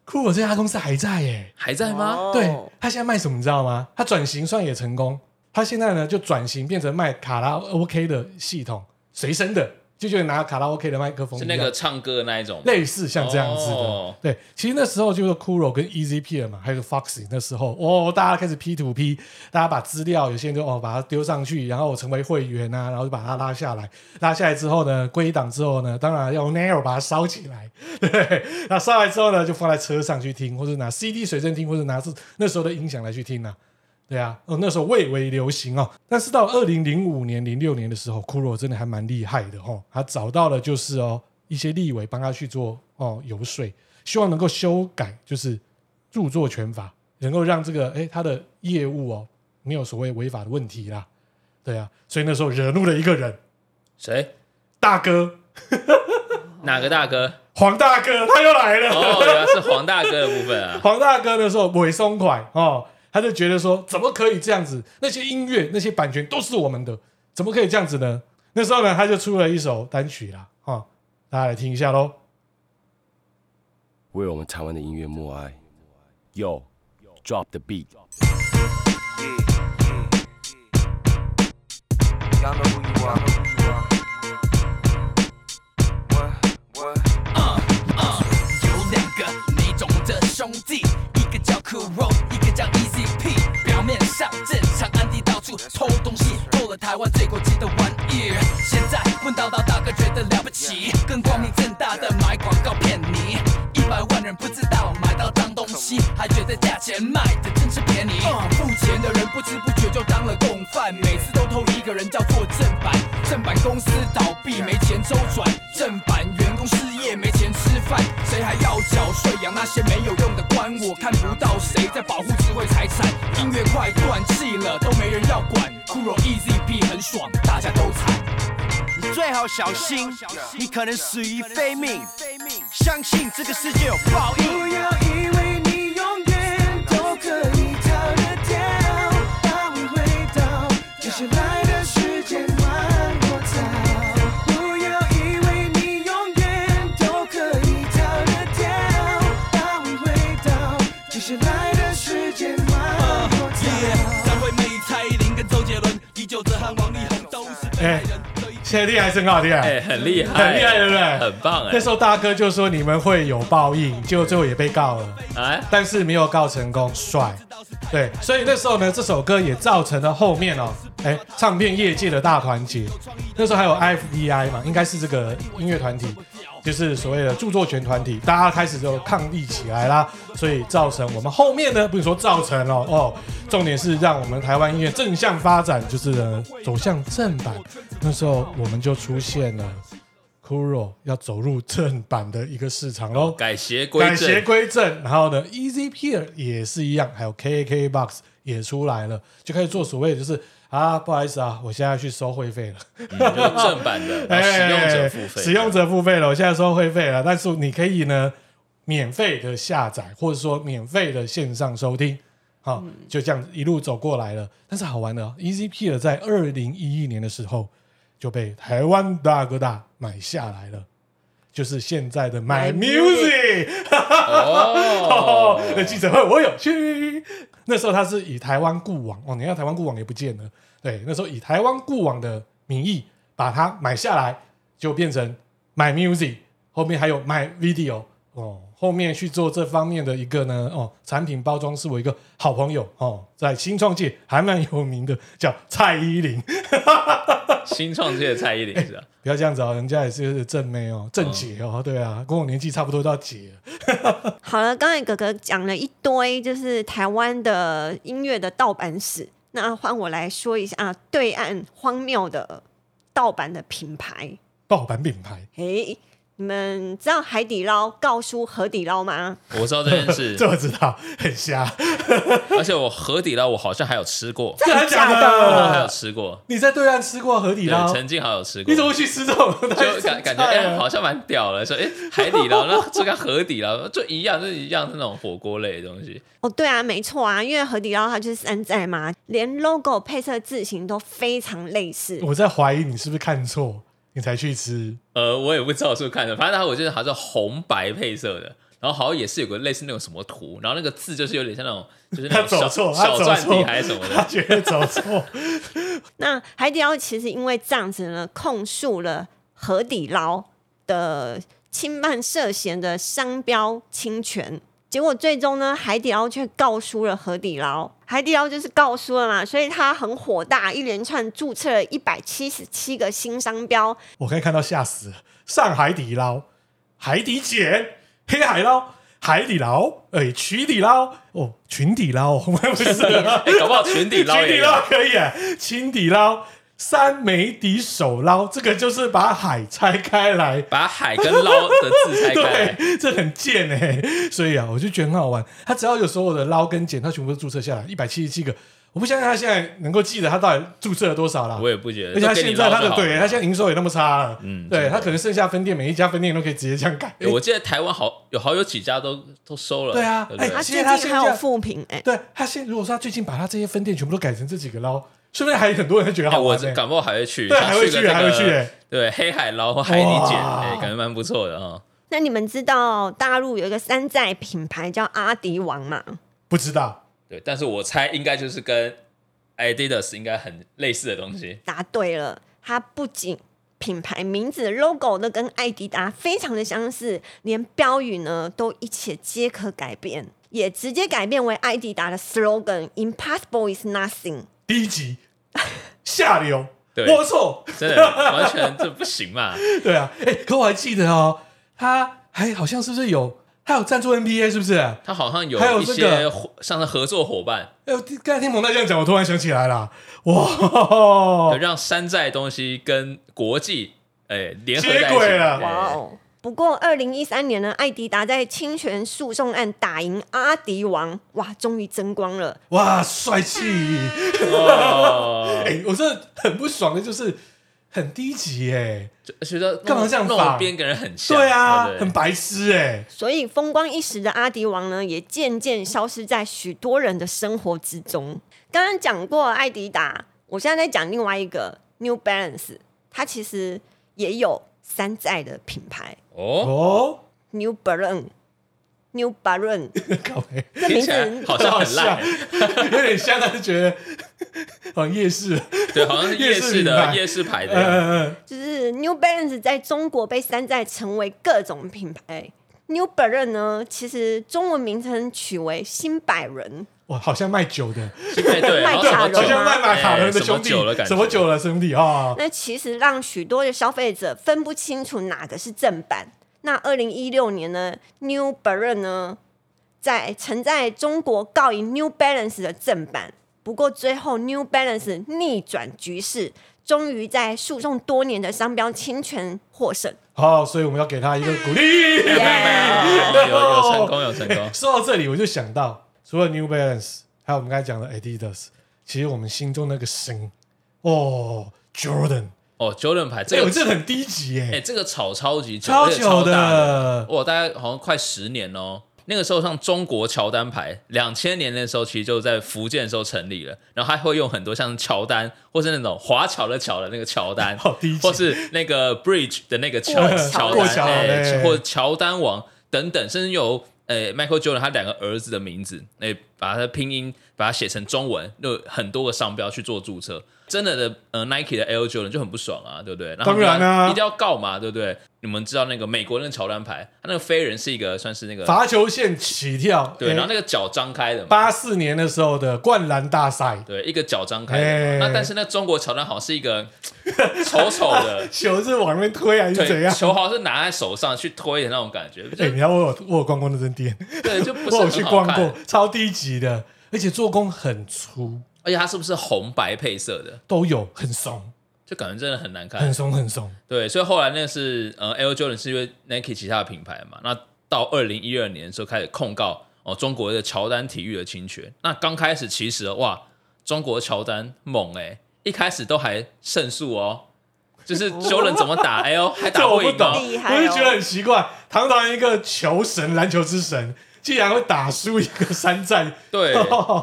A: 骷髅这家公司还在耶、
B: 还在吗？
C: 哦
A: 对，他现在卖什么你知道吗？他转型算也成功，他现在呢就转型变成卖卡拉 OK 的系统，随身的，就就拿卡拉 OK 的麦克风
B: 是
A: 一
B: 那
A: 样
B: 个唱歌的那一种吗，
A: 类似像这样子的。
B: 哦
A: 对，其实那时候就是骷髅跟 EZP 了嘛，还有 Foxy。那时候哦，大家开始 P to P，大家把资料有些人就哦把它丢上去，然后我成为会员啊，然后就把它拉下来。拉下来之后呢，归档之后呢，当然要用 Nail 把它烧起来。 对，那烧来之后呢，就放在车上去听，或者拿 CD 随身听，或者拿是那时候的音响来去听啊。对啊，哦，那时候蔚为流行哦。但是到二零零五年、零六年的时候，骷髅真的还蛮厉害的哦，他找到了就是哦一些立委帮他去做哦游说，希望能够修改就是著作权法，能够让这个哎他的业务哦没有所谓违法的问题啦。对啊，所以那时候惹怒了一个人，
B: 谁？
A: 大哥
B: 哪个大哥？
A: 黄大哥，他又来了。
B: 哦，原来是黄大哥的部分 啊。
A: 黄大哥的时候尾松快哦，他就觉得说怎么可以这样子？那些音乐那些版权都是我们的，怎么可以这样子呢？那时候呢，他就出了一首单曲啦，哦，大家来听一下喽。
D: 为我们台湾的音乐默哀。Yo, drop the beat。
E: Yeah, yeah. Y'all know who you are. What, what?
F: 有两个雷种的兄弟，一个叫 Cool Roll，一个叫 EZP。表面上正常，暗地到处偷东西，偷了台湾最国际的玩意儿。现在混到老大哥觉得了不起，更光明正大的买广告骗你。一百万人不知道买到脏东西，还觉得价钱卖的真是便宜。付钱的人不知不觉就当了共犯，每次都偷一个人叫做正版。正版公司倒闭没钱周转，正版员工失业没钱吃饭，谁还要缴税养那些没有用的官？我看不到谁在保护智慧财产，音乐快断气了都没人要管，酷肉 EZP 很爽，大家都惨。
G: 你最好小心，你可能死于非命。相信这个世界有报应。不要以为你永远都可以逃得掉，当你回到接下来的时间换我逃。不要以为你永远都可以逃得掉，当你回到接下来的时间换我
F: 耶
G: 逃。，
F: 张惠妹、蔡依林跟周杰伦，李玖哲和王力宏都是被爱人。这
A: 哎
F: 一
A: 现在听还是很好听啊，
B: 哎、很厉害，
A: 很厉害，对不对？
B: 很 棒哎、
A: 那时候大哥就说你们会有报应，结果最后也被告了。
B: 哎，
A: 但是没有告成功，帅。对，所以那时候呢，这首歌也造成了后面哦，哎，唱片业界的大团结。那时候还有 FBI 嘛，应该是这个音乐团体，就是所谓的著作权团体，大家开始就抗议起来啦。所以造成我们后面呢，不是说造成哦哦，重点是让我们台湾音乐正向发展，就是呢走向正版。那时候我们就出现了 Kuro 要走入正版的一个市场喽。
B: 改邪
A: 改
B: 归
A: 邪
B: 正，
A: 归正，然后呢，EZP 也是一样，还有 KKBox 也出来了，就开始做所谓的就是啊，不好意思啊，我现在要去收会费了，
B: 嗯就是正版 的，然后使用者付费，
A: 哎使用
B: 者
A: 者付费了，我现在收会费了，但是你可以呢免费的下载，或者说免费的线上收听，好、
B: 嗯
A: 就这样一路走过来了。但是好玩的、哦、，EZP 在二零一一年的时候就被台湾大哥大买下来了，就是现在的 My
C: My
A: Music。
B: 哦
A: 哦，， 那记者会我有去。那时候他是以台湾固网哦，你看台湾固网也不见了。对，那时候以台湾固网的名义把它买下来，就变成买 music，后面还有买 video 哦，后面去做这方面的一个呢哦，产品包装是我一个好朋友哦，在新创界还蛮有名的，叫蔡依林。
B: 新创界的蔡依林是吧？
A: 不要这样子哦，人家也是正妹哦，正姐哦，对啊，跟我年纪差不多到姐了。
C: 好了，刚才哥哥讲了一堆，就是台湾的音乐的盗版史。那换我来说一下啊，对岸荒谬的盗版的品牌。
A: 盗版品牌，
C: 诶，你们知道海底捞告输河底捞吗？
B: 我知道这件事
A: 这，我知道，很瞎，
B: 而且我河底捞我好像还有吃过，
A: 真的假
B: 我还
A: 的？
B: 有吃过，
A: 你在对岸吃过啊河底
B: 对，
A: 捞？
B: 曾经好像有吃过
A: 你。怎么会去吃这种东
B: 就
A: 西？
B: 感感觉哎、好像蛮屌的，说哎、海底捞，那这个河底捞就一样，就一样是那种火锅类的东西。
C: 哦，对啊，没错啊，因为河底捞它就是山寨嘛，连 logo 配色字型都非常类似。
A: 我在怀疑你是不是看错，你才去吃。
B: 呃，我也不知道是不是看的，反正它我记得好像是红白配色的，然后好像也是有个类似那种什么图，然后那个字就是有点像那种，就是那
A: 他
B: 种
A: 走
B: 小
A: 错，他
B: 小
A: 走
B: 篆体
A: 错
B: 还是什么
A: 他
B: 的。
A: 觉得走错。
C: 那海底捞其实因为这样子呢，控诉了河底捞的侵犯涉嫌的商标侵权。结果最终呢，海底捞却告输了河底捞，海底捞就是告输了嘛，所以他很火大，一连串注册了一百七十七个新商标，
A: 我刚才看到吓死了，上海底捞、海底捡、黑海捞、海底捞、哎渠底捞哦，群底捞，我们不是啊
B: 哎、搞不好群底捞
A: 群
B: 也
A: 底
B: 有
A: 捞可以啊，青底捞、三枚底手捞，这个就是把海拆开来。
B: 把海跟捞的字拆开来。
A: 对，这很贱哎、 所以啊，我就觉得很好玩。他只要有所有的捞跟捡，他全部都注册下来，一百七十七个。我不相信他现在能够记得他到底注册了多少啦。
B: 我也不觉得，
A: 而且他现在他的对，他现
B: 在。
A: 在营收也那么差了，
B: 嗯
A: 对
B: 真的
A: 他可能剩下分店，每一家分店都可以直接这样改。
B: 哎我记得台湾好有好有几家都都收了，
A: 对啊
B: 不对
A: 哎
C: 他
A: 其
C: 最
A: 实
C: 近
A: 他现
C: 还有
A: 在
C: 复评哎、
A: 对他现如果说他最近把他这些分店全部都改成这几个捞，说不定还有很多人会觉得
B: 哎
A: 好玩
B: 我
A: 呢、
B: 感冒还会去，
A: 对
B: 想
A: 还会
B: 个
A: 去
B: 这
A: 还会
B: 个
A: 去哎
B: 对，黑海捞或海底捡，
A: 哇
B: 哎，感觉蛮不错的啊。
C: 那你们知道大陆有一个山寨品牌叫阿迪王吗？
A: 不知道
B: 对，但是我猜应该就是跟 Adidas 应该很类似的东西。
C: 答对了，它不仅品牌名字 logo 都跟艾迪达非常的相似，连标语呢都一切皆可改变，也直接改变为艾迪达的 slogan “Impossible is nothing”。
A: 第一 集下流
B: 对
A: 龌龊，
B: 真的完全这不 行嘛？
A: 对啊，哎、可我还记得哦，他还好像是不是有他有赞助 NBA 是不是？啊
B: 他好像
A: 还有
B: 有一
A: 这
B: 些
A: 个
B: 伙像是合作伙伴，
A: 哎、我刚才听蒙大这样讲，我突然想起来了，
B: 对
A: 哇，
B: 让山寨的东西跟国际哎联合
A: 接
B: 在一起。哎
A: 轨了
B: 对
C: 哇哦！不过，二零一三年呢，艾迪达在侵权诉讼案打赢阿迪王，哇，终于争光了。
A: 哇，帅气！
B: 哦
A: 哎、我真的很不爽的，就是很低级哎、
B: 就觉得
A: 干嘛这样
B: 弄
A: 仿
B: 弄边跟人很像，
A: 对啊，
B: 不
A: 很白痴哎、
C: 所以，风光一时的阿迪王呢，也渐渐消失在许多人的生活之中。刚刚讲过艾迪达，我现在在讲另外一个 New Balance，它其实也有山寨的品牌
B: 哦，
A: 哦，
C: New Balance。New Balance
A: 靠北
C: 这
B: 听
C: 名
B: 起来
C: 字
B: 好像很烂，
A: 有点像，但是觉得好像夜市，
B: 对，好像是夜市
A: 夜市品牌
B: 的夜市牌
A: 嗯
B: 的，
A: 嗯
C: 就是 New Balance 在中国被山寨成为各种品牌。New Balance 呢，其实中文名称取为新百人。
A: 哇，好像卖酒的，
B: 哎对，
C: 卖
B: 然后什么酒
C: 酒的
A: 好像卖马卡龙的
B: 哎什么
A: 兄弟
B: 酒的感，觉
A: 什么酒了兄弟啊？
C: 那其实让许多的消费者分不清楚哪个是正版。那二零一六年呢，New Balance 呢，在曾在中国告赢 New Balance 的正版，不过最后 New Balance 逆转局势，终于在诉讼多年的商标侵权获胜。
A: 好，所以我们要给他一个鼓励。
B: 哎有有成功有成功，
A: 说到这里，我就想到，除了 New Balance，还有我们刚才讲的 Adidas，其实我们心中那个神哦，Jordan，
B: 哦，Jordan 牌这
A: 哎、
B: 个
A: 我这很低级哎、
B: 哎、这个炒超级久，
A: 超
B: 而且超
A: 久的
B: 大
A: 呃
B: 的，哇，大概好像快十年哦。那个时候，像中国乔丹牌，两千年的时候，其实就在福建的时候成立了，然后还会用很多像乔丹，或是那种华侨的侨的那个乔 丹，
A: 好低级
B: 或是那个 bridge 的那个乔
C: 过桥
B: 乔
C: 过
B: 丹，
A: 桥
B: 哎
A: 哎
B: 或者乔丹王等等，甚至有呃 Michael Jordan 他两个儿子的名字，哎，把他的拼音把它写成中文，就有很多个商标去做注册。真的的呃 Nike 的 Air Jordan 就很不爽啊，对不对？然后
A: 当然啊
B: 他们一定要告嘛，对不对？你们知道那个美国那个乔丹牌，他那个飞人是一个算是那个
A: 罚球线起跳，
B: 对，然后
A: 那
B: 那个脚张开的嘛，
A: 八四年的时候的灌篮大赛，
B: 对，一个脚张开的
A: 哎
B: 嘛。那但是那中国乔丹好像是一个丑丑的，
A: 球是往那边推还是怎
B: 对，
A: 样？
B: 球好像是拿在手上去推的那种感觉，就
A: 哎、你要我有我有逛过那间店，
B: 对，就不是
A: 我有
B: 很
A: 去
B: 好
A: 逛
B: 看
A: 哎过，超低级的，而且做工很粗，
B: 而且它是不是红白配色的？
A: 都有，很怂，
B: 就感觉真的很难看
A: 很。怂，很怂。
B: 对，所以后来那个是呃，Air Jordan 是因为 Nike 其他的品牌嘛，那到二零一二年的时候开始控告哦中国的乔丹体育的侵权。那刚开始其实哇，中国乔丹猛哎、一开始都还胜诉哦，就是 Jordan 怎么打，哎呦还
A: 这
B: 打
A: 我
B: 过
A: 不
B: 瘾
A: 懂，
B: 哦。
C: 厉害哦
A: 我就觉得很奇怪，堂堂一个球神，篮球之神，竟然会打输一个山寨，
B: 对，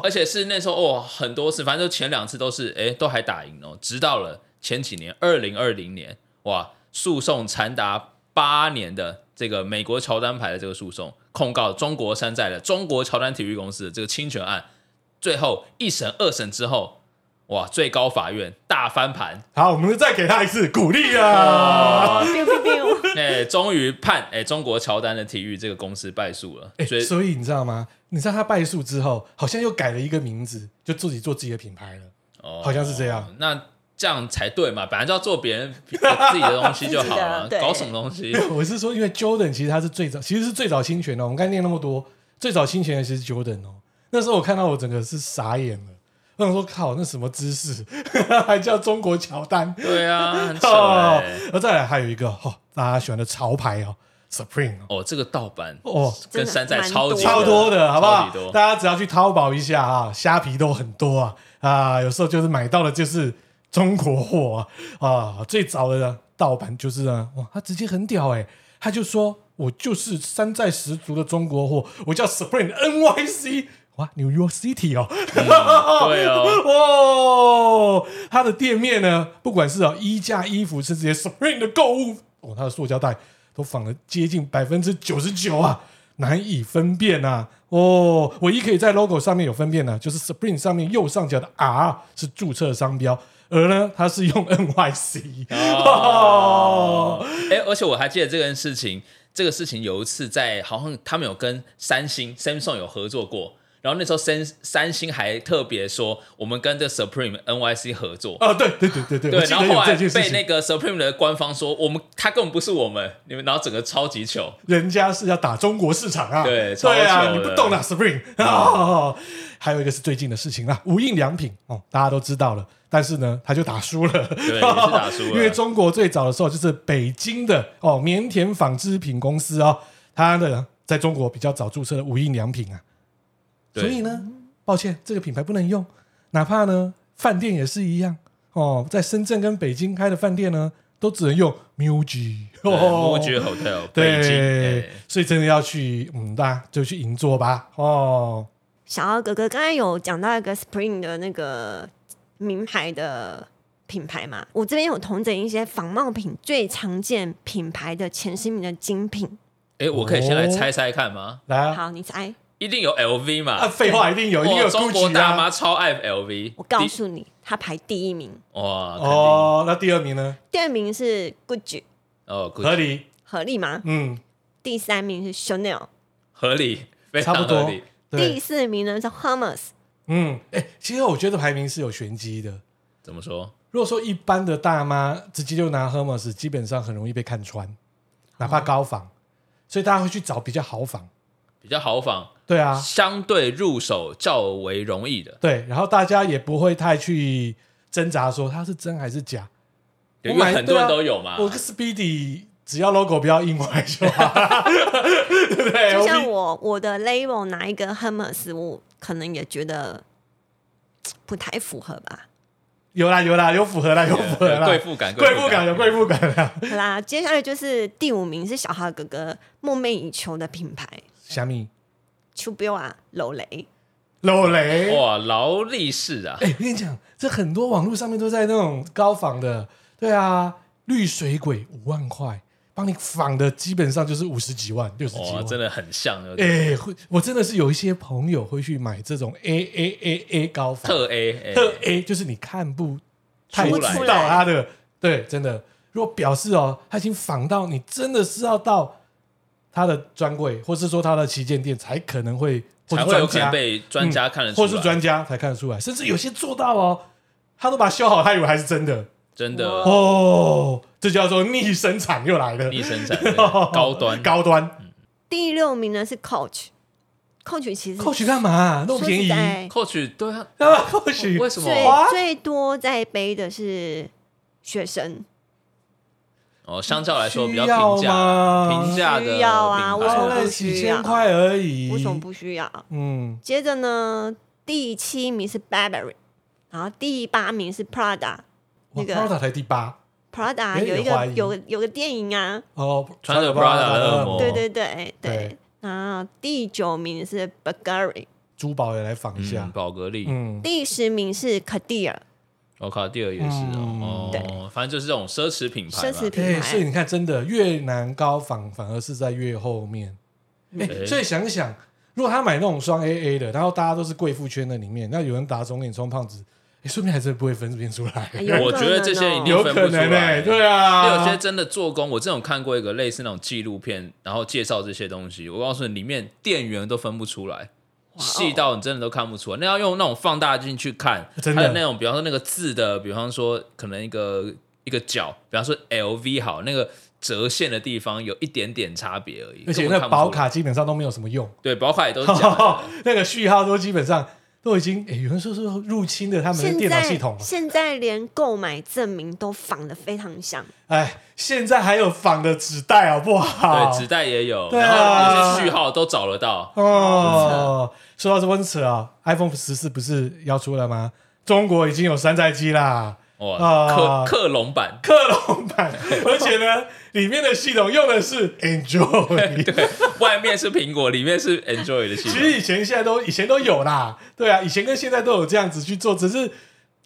B: 而且是那时候哦，很多次，反正就前两次都是哎，都还打赢哦。直到了前几年，二零二零年，哇，诉讼长达八年的这个美国乔丹牌的这个诉讼，控告中国山寨的中国乔丹体育公司的这个侵权案，最后一审、二审之后，哇，最高法院大翻 盘，
A: 好，我们再给他一次鼓励
B: 哦
A: 啊！
C: biu biu biu，
B: 哎，终于判哎中国乔丹的体育这个公司败诉了，
A: 哎
B: 所以
A: 所以你知道吗？你知道他败诉之后，好像又改了一个名字，就自己做自己的品牌了。
B: 哦
A: 好像是这样。
B: 那这样才对嘛，本来就要做别人自己的东西就好了
C: 自己的，对
B: 搞什么东西？
A: 我是说，因为 Jordan 其实他是最早，其实是最早侵权的。我们刚才念那么多，最早侵权的其实是 Jordan 哦。那时候我看到我整个是傻眼了，我想说靠，那什么姿势， 还叫中国乔丹？
B: 对啊， 很扯
A: 哦
B: 欸。，
A: 而再来还有一个哦，大家喜欢的潮牌哦，Supreme 哦
B: 哦，这个盗版
A: 哦，
B: 跟山寨超级
A: 超多的好不
B: 超级
A: 好？
B: 多
A: 大家只要去淘宝一下啊，虾皮都很多啊啊，有时候就是买到的就是中国货啊啊，最早的盗版就是呢，哇，他直接很屌哎、他就说我就是山寨十足的中国货，我叫 Supreme NYC。哇，New York City 哦，
B: 嗯对 哦，
A: 哦，它的店面呢，不管是哦衣架、衣服，甚至连 Spring 的购物哦，它的塑胶袋都仿了接近百分之九十九啊，难以分辨啊。哦，唯一可以在 logo 上面有分辨呢、就是 Spring 上面右上角的 R 是注册商标，而呢，它是用 NYC
B: 啊
A: 哦
B: 哦，哎，而且我还记得这件事情，这个事情有一次在好像他们有跟三星 Samsung 有合作过。然后那时候三三星还特别说，我们跟这 Supreme NYC 合作，
A: 啊，对对对对对，
B: 对
A: 我，记
B: 然
A: 得
B: 后后
A: 有这
B: 来
A: 件事
B: 被
A: 情，
B: 那个 Supreme 的官方说，我们他根本不是我们，你们然后整个超级糗，
A: 人家是要打中国市场啊，
B: 对超
A: 对啊，
B: 久
A: 你
B: 的嗯
A: 不懂啦，Spring 哦。还有一个是最近的事情啦，无印良品哦，大家都知道了，但是呢，他就打输了， 对
B: 也是打输了
A: 因为中国最早的时候就是北京的哦棉田纺织品公司哦，它的在中国比较早注册的无印良品啊，
B: 对
A: 所以呢，抱歉，这个品牌不能用，哪怕呢饭店也是一样哦，在深圳跟北京开的饭店呢，都只能用 MUJI
B: 对
A: 哦
B: MUJI Hotel 北京，
A: 对
B: 哎，
A: 所以真的要去，嗯，大家就去银座吧。哦，
C: 小奥哥哥刚才有讲到一个 Spring 的那个名牌的品牌嘛，我这边有统整一些仿冒品最常见品牌的前十名的精品。
B: 哎，我可以先
A: 哦
B: 来猜猜看吗？
A: 来啊，
C: 好，你猜，
B: 一定有 LV 嘛？
A: 啊，废话一定有，一定有
B: 哇，中国
A: GUCCI
B: 大
A: 啊
B: 妈。超爱 LV，
C: 我告诉你，它排第一名，
B: 第哇，肯定哦
A: 哦，那第二名呢？
C: 第二名是 Gucci
B: ，Gucci，
A: 合理，
C: 合理吗？
A: 嗯，
C: 第三名是 Chanel，
B: 合理，非
A: 差
B: 常
A: 不
B: 合
A: 多
B: 理。。
C: 第
A: 对，
C: 四名呢是 Hermes，
A: 嗯，哎，其实我觉得排名是有玄机的。
B: 怎么说？
A: 如果说一般的大妈直接就拿 Hermes，基本上很容易被看穿，
C: 哦
A: 哪怕高仿，所以大家会去找比较好仿。
B: 比较豪放，
A: 对啊，
B: 相对入手较为容易的，
A: 对，然后大家也不会太去挣扎说它是真还是假。
B: 对
A: 我
B: 因为
A: 买
B: 很多
A: 对
B: 人
A: 啊
B: 都有嘛。
A: 我跟 Speedy 只要 logo 不要印歪就 好，对不对？
C: 就像
A: 我
C: 我我的 label 拿一个 Hermes，我可能也觉得嘖不太符合吧。
A: 有啦有啦，有符合啦，有符合啦，
B: 有贵妇感
A: 贵妇感有贵妇感啊啦。
C: 好啦，接下来就是第五名是小豪哥哥梦寐以求的品牌
A: 虾米
C: c h u b i a 楼雷，
A: 楼雷，
B: 哇，劳力士啊，
A: 哎，我跟你讲，这很多网络上面都在那种高仿的，对啊，绿水鬼五万块，帮你仿的基本上就是五十几万、六十几
B: 哇，
A: 万，
B: 真的很像，对不对
A: 哎，会我真的是有一些朋友会去买这种 A A A A 高仿
B: 特 A，哎
A: 特 A，就是你看不太
B: 出
A: 知
B: 来
A: 道他的，对，真的。如果表示哦，他已经仿到你真的是要到他的专柜，或是说他的旗舰店，才可能会或
B: 才
A: 是
B: 会有
A: 专
B: 可能
A: 家嗯
B: 被专家看得出来，
A: 或是专家才看得出来，甚至有些做到哦，他都把它修好，他以为还是真的
B: 真的
C: 哇
A: 哦，这叫做逆生产又来了，
B: 嗯逆生产 对高端
A: 哦高端。
C: 嗯第六名呢是 Coach，Coach 其实
A: Coach 干嘛？那么便宜
C: 说实，
B: coach
C: 在
B: 对啊，
A: 那 Coach
B: 为什
C: 最
B: 么？
C: 最多在背的是学生，
B: 哦，相较来说比较
A: 需要
B: 平价，
A: 吗
B: 平价的
C: 需要啊
B: 品
C: 为什
B: 牌
A: 花
C: 么
A: 了
C: 不
A: 几
C: 需
A: 千
C: 要
A: 块而已，
C: 为什么不需要？
A: 嗯，
C: 接着呢，第七名是 Burberry，然后第八名是 Prada。
A: 我
C: 那个
A: Prada 才第八
C: Prada
A: 有
C: 有
A: 点
C: 一
A: 怀
C: 个
A: 疑
C: 有有个电影啊，
A: 哦，
B: 穿着 Prada 的恶魔哦
C: 对对对
A: 对
C: 对。然后第九名是 Bulgari，
A: 珠宝也来仿一下
B: 嗯，，宝格丽，
A: 嗯，
C: 第十名是 c a d i r
B: 我靠，第二也是
A: 嗯
B: 哦
C: 对
B: 哦，反正就是这种奢侈品牌
C: 奢侈
B: 嘛，
C: 品
A: 对，
C: 牌
A: 哎所以你看，真的越南高仿反而是在越后面。哎、
B: 嗯
A: 所以想一想，如果他买那种双 AA 的，然后大家都是贵妇圈的里面，那有人打肿脸充胖子，哎、说不定还真的不会分辨出来，
C: 哎有
B: 我
C: 可
B: 觉得
C: 能
B: 这些
C: 哦
B: 一 定
A: 有
B: 分
A: 可
B: 不出
A: 能哎、
B: 来。
A: 对
B: 因
A: 啊，
B: 为有些真的做工，我之前有看过一个类似那种纪录片，然后介绍这些东西。我告诉你，里面店员都分不出来，
A: 哦
B: 细到你真的都看不出来。那要用那种放大镜去看，
A: 真的
B: 还有那种，比方说那个字的，比方说可能一个一个角，比方说 LV 好，那个折线的地方有一点点差别而已。
A: 而且
B: 根
A: 那
B: 本看
A: 个
B: 不出来
A: 保卡基本上都没有什么用，
B: 对保卡也都是假 的
A: 那个序号都基本上都已经，哎、有人说是入侵了他们的
C: 现
A: 电脑
C: 在
A: 系统了。啊
C: 现在连购买证明都仿的非常像，
A: 哎，现在还有仿的纸袋好不好？
B: 对，纸袋也有，
A: 对啊
B: 然后有些序号都找得到。
A: 哦，说到这温扯啊，iPhone 十四不是要出了吗？中国已经有山寨机 啦，
B: 哇，克
A: 啊
B: 克隆版，
A: 克隆版，而且呢，里面的系统用的是 Enjoy。
B: 外面是苹果，里面是 Enjoy 的系
A: 其
B: 统。
A: 实以前现在都以前都有啦，对啊，以前跟现在都有这样子去做，只是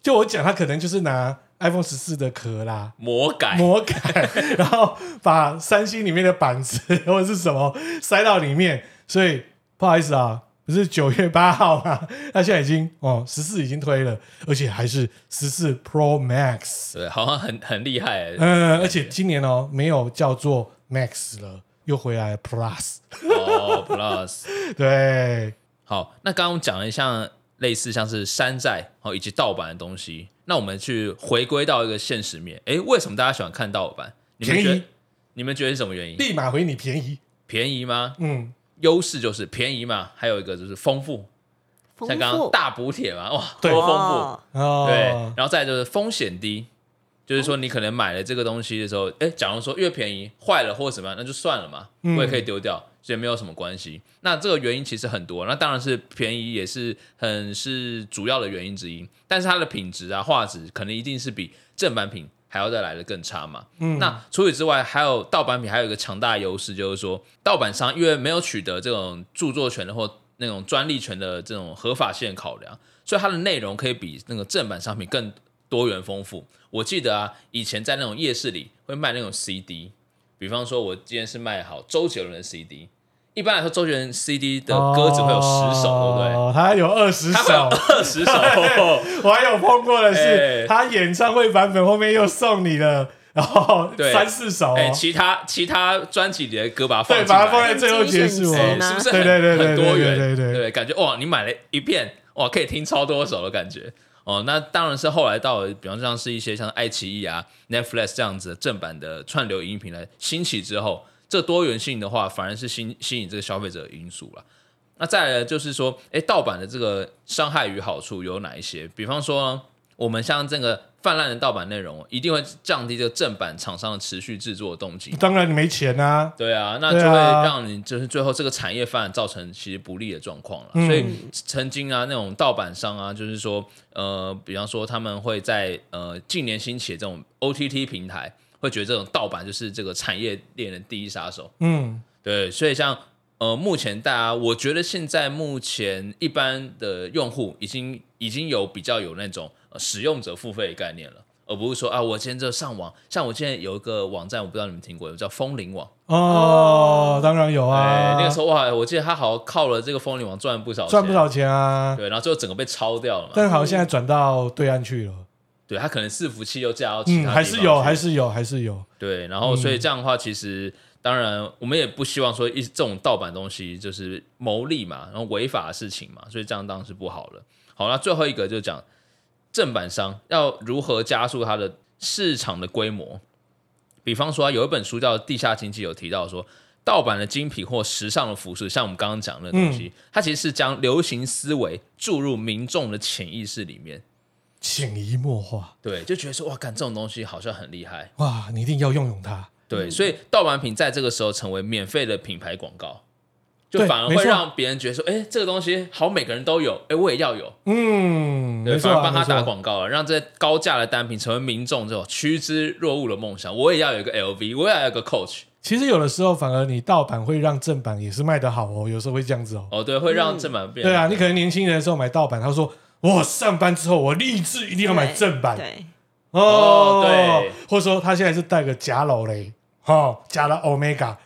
A: 就我讲，他可能就是拿 iPhone 十四的壳啦。
B: 魔改，
A: 魔改，然后把三星里面的板子或者是什么塞到里面，所以不好意思啊，不是九月八号 吗？那现在已经哦，十四已经推了，而且还是十四 Pro Max，
B: 对，好像很很厉害 欸。
A: 嗯、而且今年哦没有叫做 Max 了，又回来了 Plus，
B: 哦，Plus，
A: 对，
B: 好，那刚刚我们讲了像类似像是山寨哦以及盗版的东西，那我们去回归到一个现实面，诶，为什么大家喜欢看盗版？你们
A: 便宜
B: 觉得你们觉得是什么原因？
A: 立马回你便宜，
B: 便宜吗？
A: 嗯，
B: 优势就是便宜嘛，还有一个就是丰富，
C: 丰
B: 像刚
C: 富
B: 刚啊大补帖嘛，哇，
A: 对
B: 多丰富
C: 哦。，
A: 哦，
B: 对，然后再来就是风险低，就是说你可能买了这个东西的时候，哎，假如说越便宜坏了或者怎么样，那就算了嘛，
A: 嗯
B: 我也可以丢掉，所以没有什么关系。那这个原因其实很多，那当然是便宜也是很是主要的原因之一，但是它的品质啊、画质可能一定是比正版品还要再来的更差嘛。
A: 嗯
B: 那除此之外，还有盗版品还有一个强大的优势，就是说盗版商因为没有取得这种著作权的或那种专利权的这种合法性考量，所以它的内容可以比那个正版商品更多元丰富。我记得啊，以前在那种夜市里会卖那种 CD，比方说我今天是卖好周杰伦的 CD，一般来说周杰伦 CD 的歌只会有十首，对不对？
A: 哦，他有二十
B: 他会有
A: 首。哦
B: 二 十首。
A: 我还有碰过的是
B: 哎，
A: 他演唱会版本后面又送你了，然后
B: 对
A: 三四首哦，
B: 哎、其他其他专辑里的歌把它放
A: 对，
B: 进
A: 把
B: 来，
A: 它放在最后结束哦
B: 哎
C: 精选集。
B: 是不是
A: 对
B: 很
A: 对对对
B: 很多元？
A: 对对对对
B: 感觉哇，你买了一片，哇，可以听超多首的感觉。哦，那当然是后来到了，比方像是一些像爱奇艺啊、Netflix 这样子的正版的串流影音平台兴起之后，这多元性的话，反而是吸吸引这个消费者的因素了。那再来就是说，哎，盗版的这个伤害与好处有哪一些？比方说呢，我们像这个泛滥的盗版内容，一定会降低这个正版厂商的持续制作的动机。
A: 当然你没钱啊，
B: 对啊，那就
A: 对啊
B: 会让你就是最后这个产业发展造成其实不利的状况了。
A: 嗯
B: 所以曾经啊，那种盗版商啊，就是说呃，比方说他们会在呃近年兴起的这种 OTT 平台，会觉得这种盗版就是这个产业链的第一杀手。
A: 嗯，
B: 对，所以像呃，目前大家，我觉得现在目前一般的用户已经已经有比较有那种、呃、使用者付费的概念了，而不是说啊，我今天就上网，像我现在有一个网站，我不知道你们听过，有叫风铃网，
A: 哦，当然有
B: 哎、
A: 啊，
B: 那个时候哇，我记得他好像靠了这个风铃网赚了不少，
A: 赚不少，钱啊，
B: 对，然后最后整个被抄掉了嘛，
A: 但好像现在转到对岸去了，
B: 对他可能伺服器又嫁到其
A: 嗯，
B: 他地方
A: 还是有，
B: 去
A: 还是有，还是有。
B: 对，然后所以这样的话，其实当然我们也不希望说一这种盗版东西就是牟利嘛，然后违法的事情嘛，所以这样当然是不好了。好，那最后一个就讲正版商要如何加速它的市场的规模。比方说啊、有一本书叫《地下经济》，有提到说，盗版的精品或时尚的服饰，像我们刚刚讲的那个东西，它其实是将流行思维注入民众的潜意识里面。
A: 潜移默化，
B: 对，就觉得说哇，干这种东西好像很厉害，
A: 哇，你一定要用用它。
B: 对，所以盗版品在这个时候成为免费的品牌广告，就
A: 对
B: 反而
A: 没
B: 会
A: 错
B: 让别人觉得说，哎，这个东西好，每个人都有，哎，我也要有，
A: 嗯，
B: 对，
A: 没错
B: 反而
A: 啊，
B: 帮他
A: 没错
B: 打
A: 啊。
B: 广告了，让这些高价的单品成为民众这种趋之若鹜的梦想。我也要有一个 LV，我也要有一个 Coach，
A: 其实有的时候反而你盗版会让正版也是卖得好哦，有时候会这样子哦。
B: 哦，对，会让正版变
A: 对啊，你可能年轻人的时候买盗版，他说我上班之后我立志一定要买正版
C: 对，
B: 哦
A: 哦，
B: 对，
A: 或者说他现在是带个假老雷，哦，加了 Omega，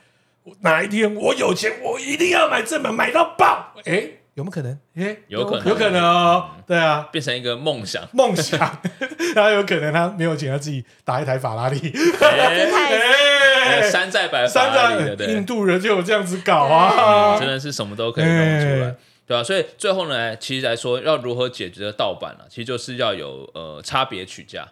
A: 哪一天我有钱，我一定要买正版，买到爆。哎，有没有可能？哎，
B: 有可能
A: 有可能哦。对啊，。
B: 变成一个梦想
A: 梦想，然后有可能他没有钱，他自己打一台法拉利。
B: 哎
C: 太
B: 那个
A: 哎，
B: 山寨版
A: 山
B: 法拉利
A: 寨
B: 的，对，嗯
A: 印度人就有这样子搞啊
B: 真。的是什么都可以弄出来
A: 哎，
B: 对啊，所以最后呢，其实来说要如何解决盗版呢、啊其实就是要有呃差别取价，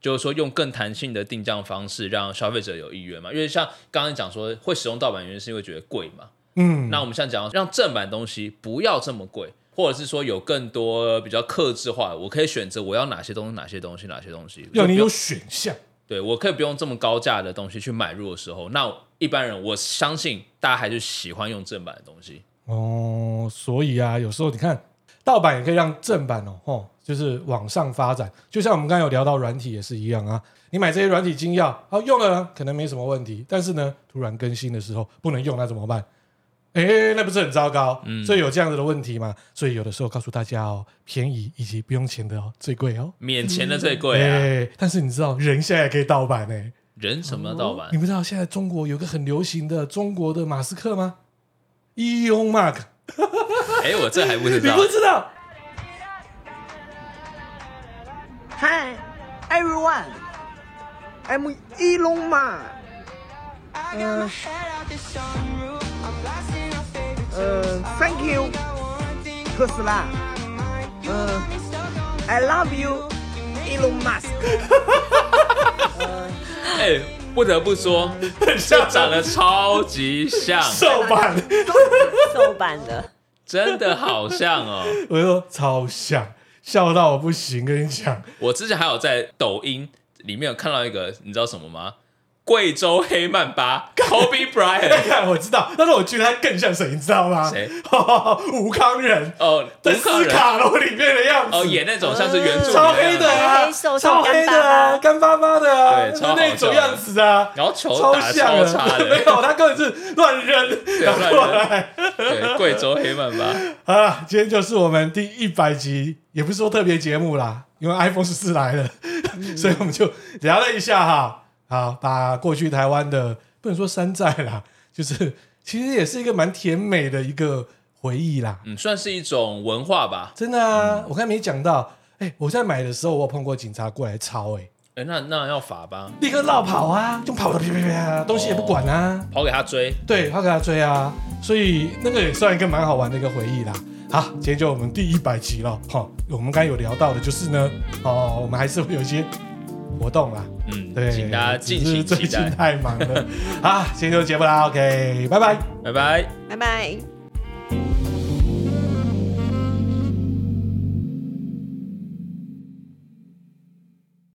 B: 就是说用更弹性的定价方式让消费者有意愿嘛。因为像刚刚讲说会使用盗版，原因是因为觉得贵嘛。
A: 嗯，
B: 那我们现在讲让正版东西不要这么贵，或者是说有更多比较克制化的，我可以选择我要哪些东西，哪些东西，哪些东西。
A: 要你
B: 就不
A: 有
B: 用
A: 选项。
B: 对我可以不用这么高价的东西去买入的时候，那一般人我相信大家还是喜欢用正版的东西。
A: 哦，所以啊，有时候你看盗版也可以让正版哦，吼，就是往上发展。就像我们刚才有聊到软体也是一样啊，你买这些软体精要，哦，用了可能没什么问题，但是呢，突然更新的时候不能用，那怎么办？哎，那不是很糟糕？
B: 嗯
A: 所以有这样子的问题嘛。所以有的时候告诉大家哦，便宜以及不用钱的哦，最贵哦。
B: 免钱的最贵啊，
A: 哎但是你知道人现在也可以盗版呢、
B: 人什么盗版
A: 你？不知道现在中国有个很流行的中国的马斯克吗？Elon Musk。
B: 哎，我这还不知
A: 你
B: 道
A: 不。知道？
H: Hi, everyone. I'm Elon Musk. Uh, 呃呃，Thank uh, you, Tesla. 呃，I love you, Elon Musk.
B: 哎，不得不说，这长得超级像，
A: 盗版，
C: 瘦版的，
B: 真的好像哦。
A: 我就说超像，笑到我不行，跟你讲，
B: 我之前还有在抖音里面有看到一个，你知道什么吗？贵州黑曼巴 Kobe Bryant，
A: 看我知道，但是我觉得他更像谁，你知道吗？
B: 谁？
A: 吴康仁
B: 哦，
A: 在
B: 吴克
A: 斯
B: 人，
A: 卡罗里面的样子，
B: 哦，演那种像是原著
A: 超
B: 里面
A: 黑的
C: 超
A: 啊
C: 黑瘦，
A: 超
C: 超
A: 黑
C: 干巴巴
A: 的啊，干巴巴的啊，
B: 对
A: 就
B: 超好
A: 那种样子啊。
B: 然后球
A: 超
B: 打得
A: 像
B: 超
A: 的
B: 差
A: 没
B: 的，
A: 有，他根本是乱扔，然后过来
B: 对，贵州黑曼巴。
A: 啊！今天就是我们第一百集，也不是说特别节目啦，因为 iPhone 十四来了， 所以我们就聊了一下哈。好，把过去台湾的不能说山寨啦， 就是其实也是一个蛮甜美的一个回忆啦。
B: 嗯，算是一种文化吧。
A: 真的啊，我刚才没讲到，哎、我在买的时候，我有碰过警察过来抄、哎，
B: 哎，那那要罚吧，
A: 立刻绕跑啊，就跑的啪啪啪啊，东西也不管啊。
B: 跑给他追。
A: 对，他给他追啊，所以那个也算一个蛮好玩的一个回忆啦。好，今天就我们第一百集了，哈、我们刚才有聊到的就是呢，哦，我们还是会有一些活动啦，
B: 嗯，
A: 对，
B: 请大家敬
A: 只是
B: 请
A: 最
B: 期
A: 近
B: 待。
A: 太忙了，好，今天就节目啦，OK，拜拜。
B: 拜拜。
C: 拜拜。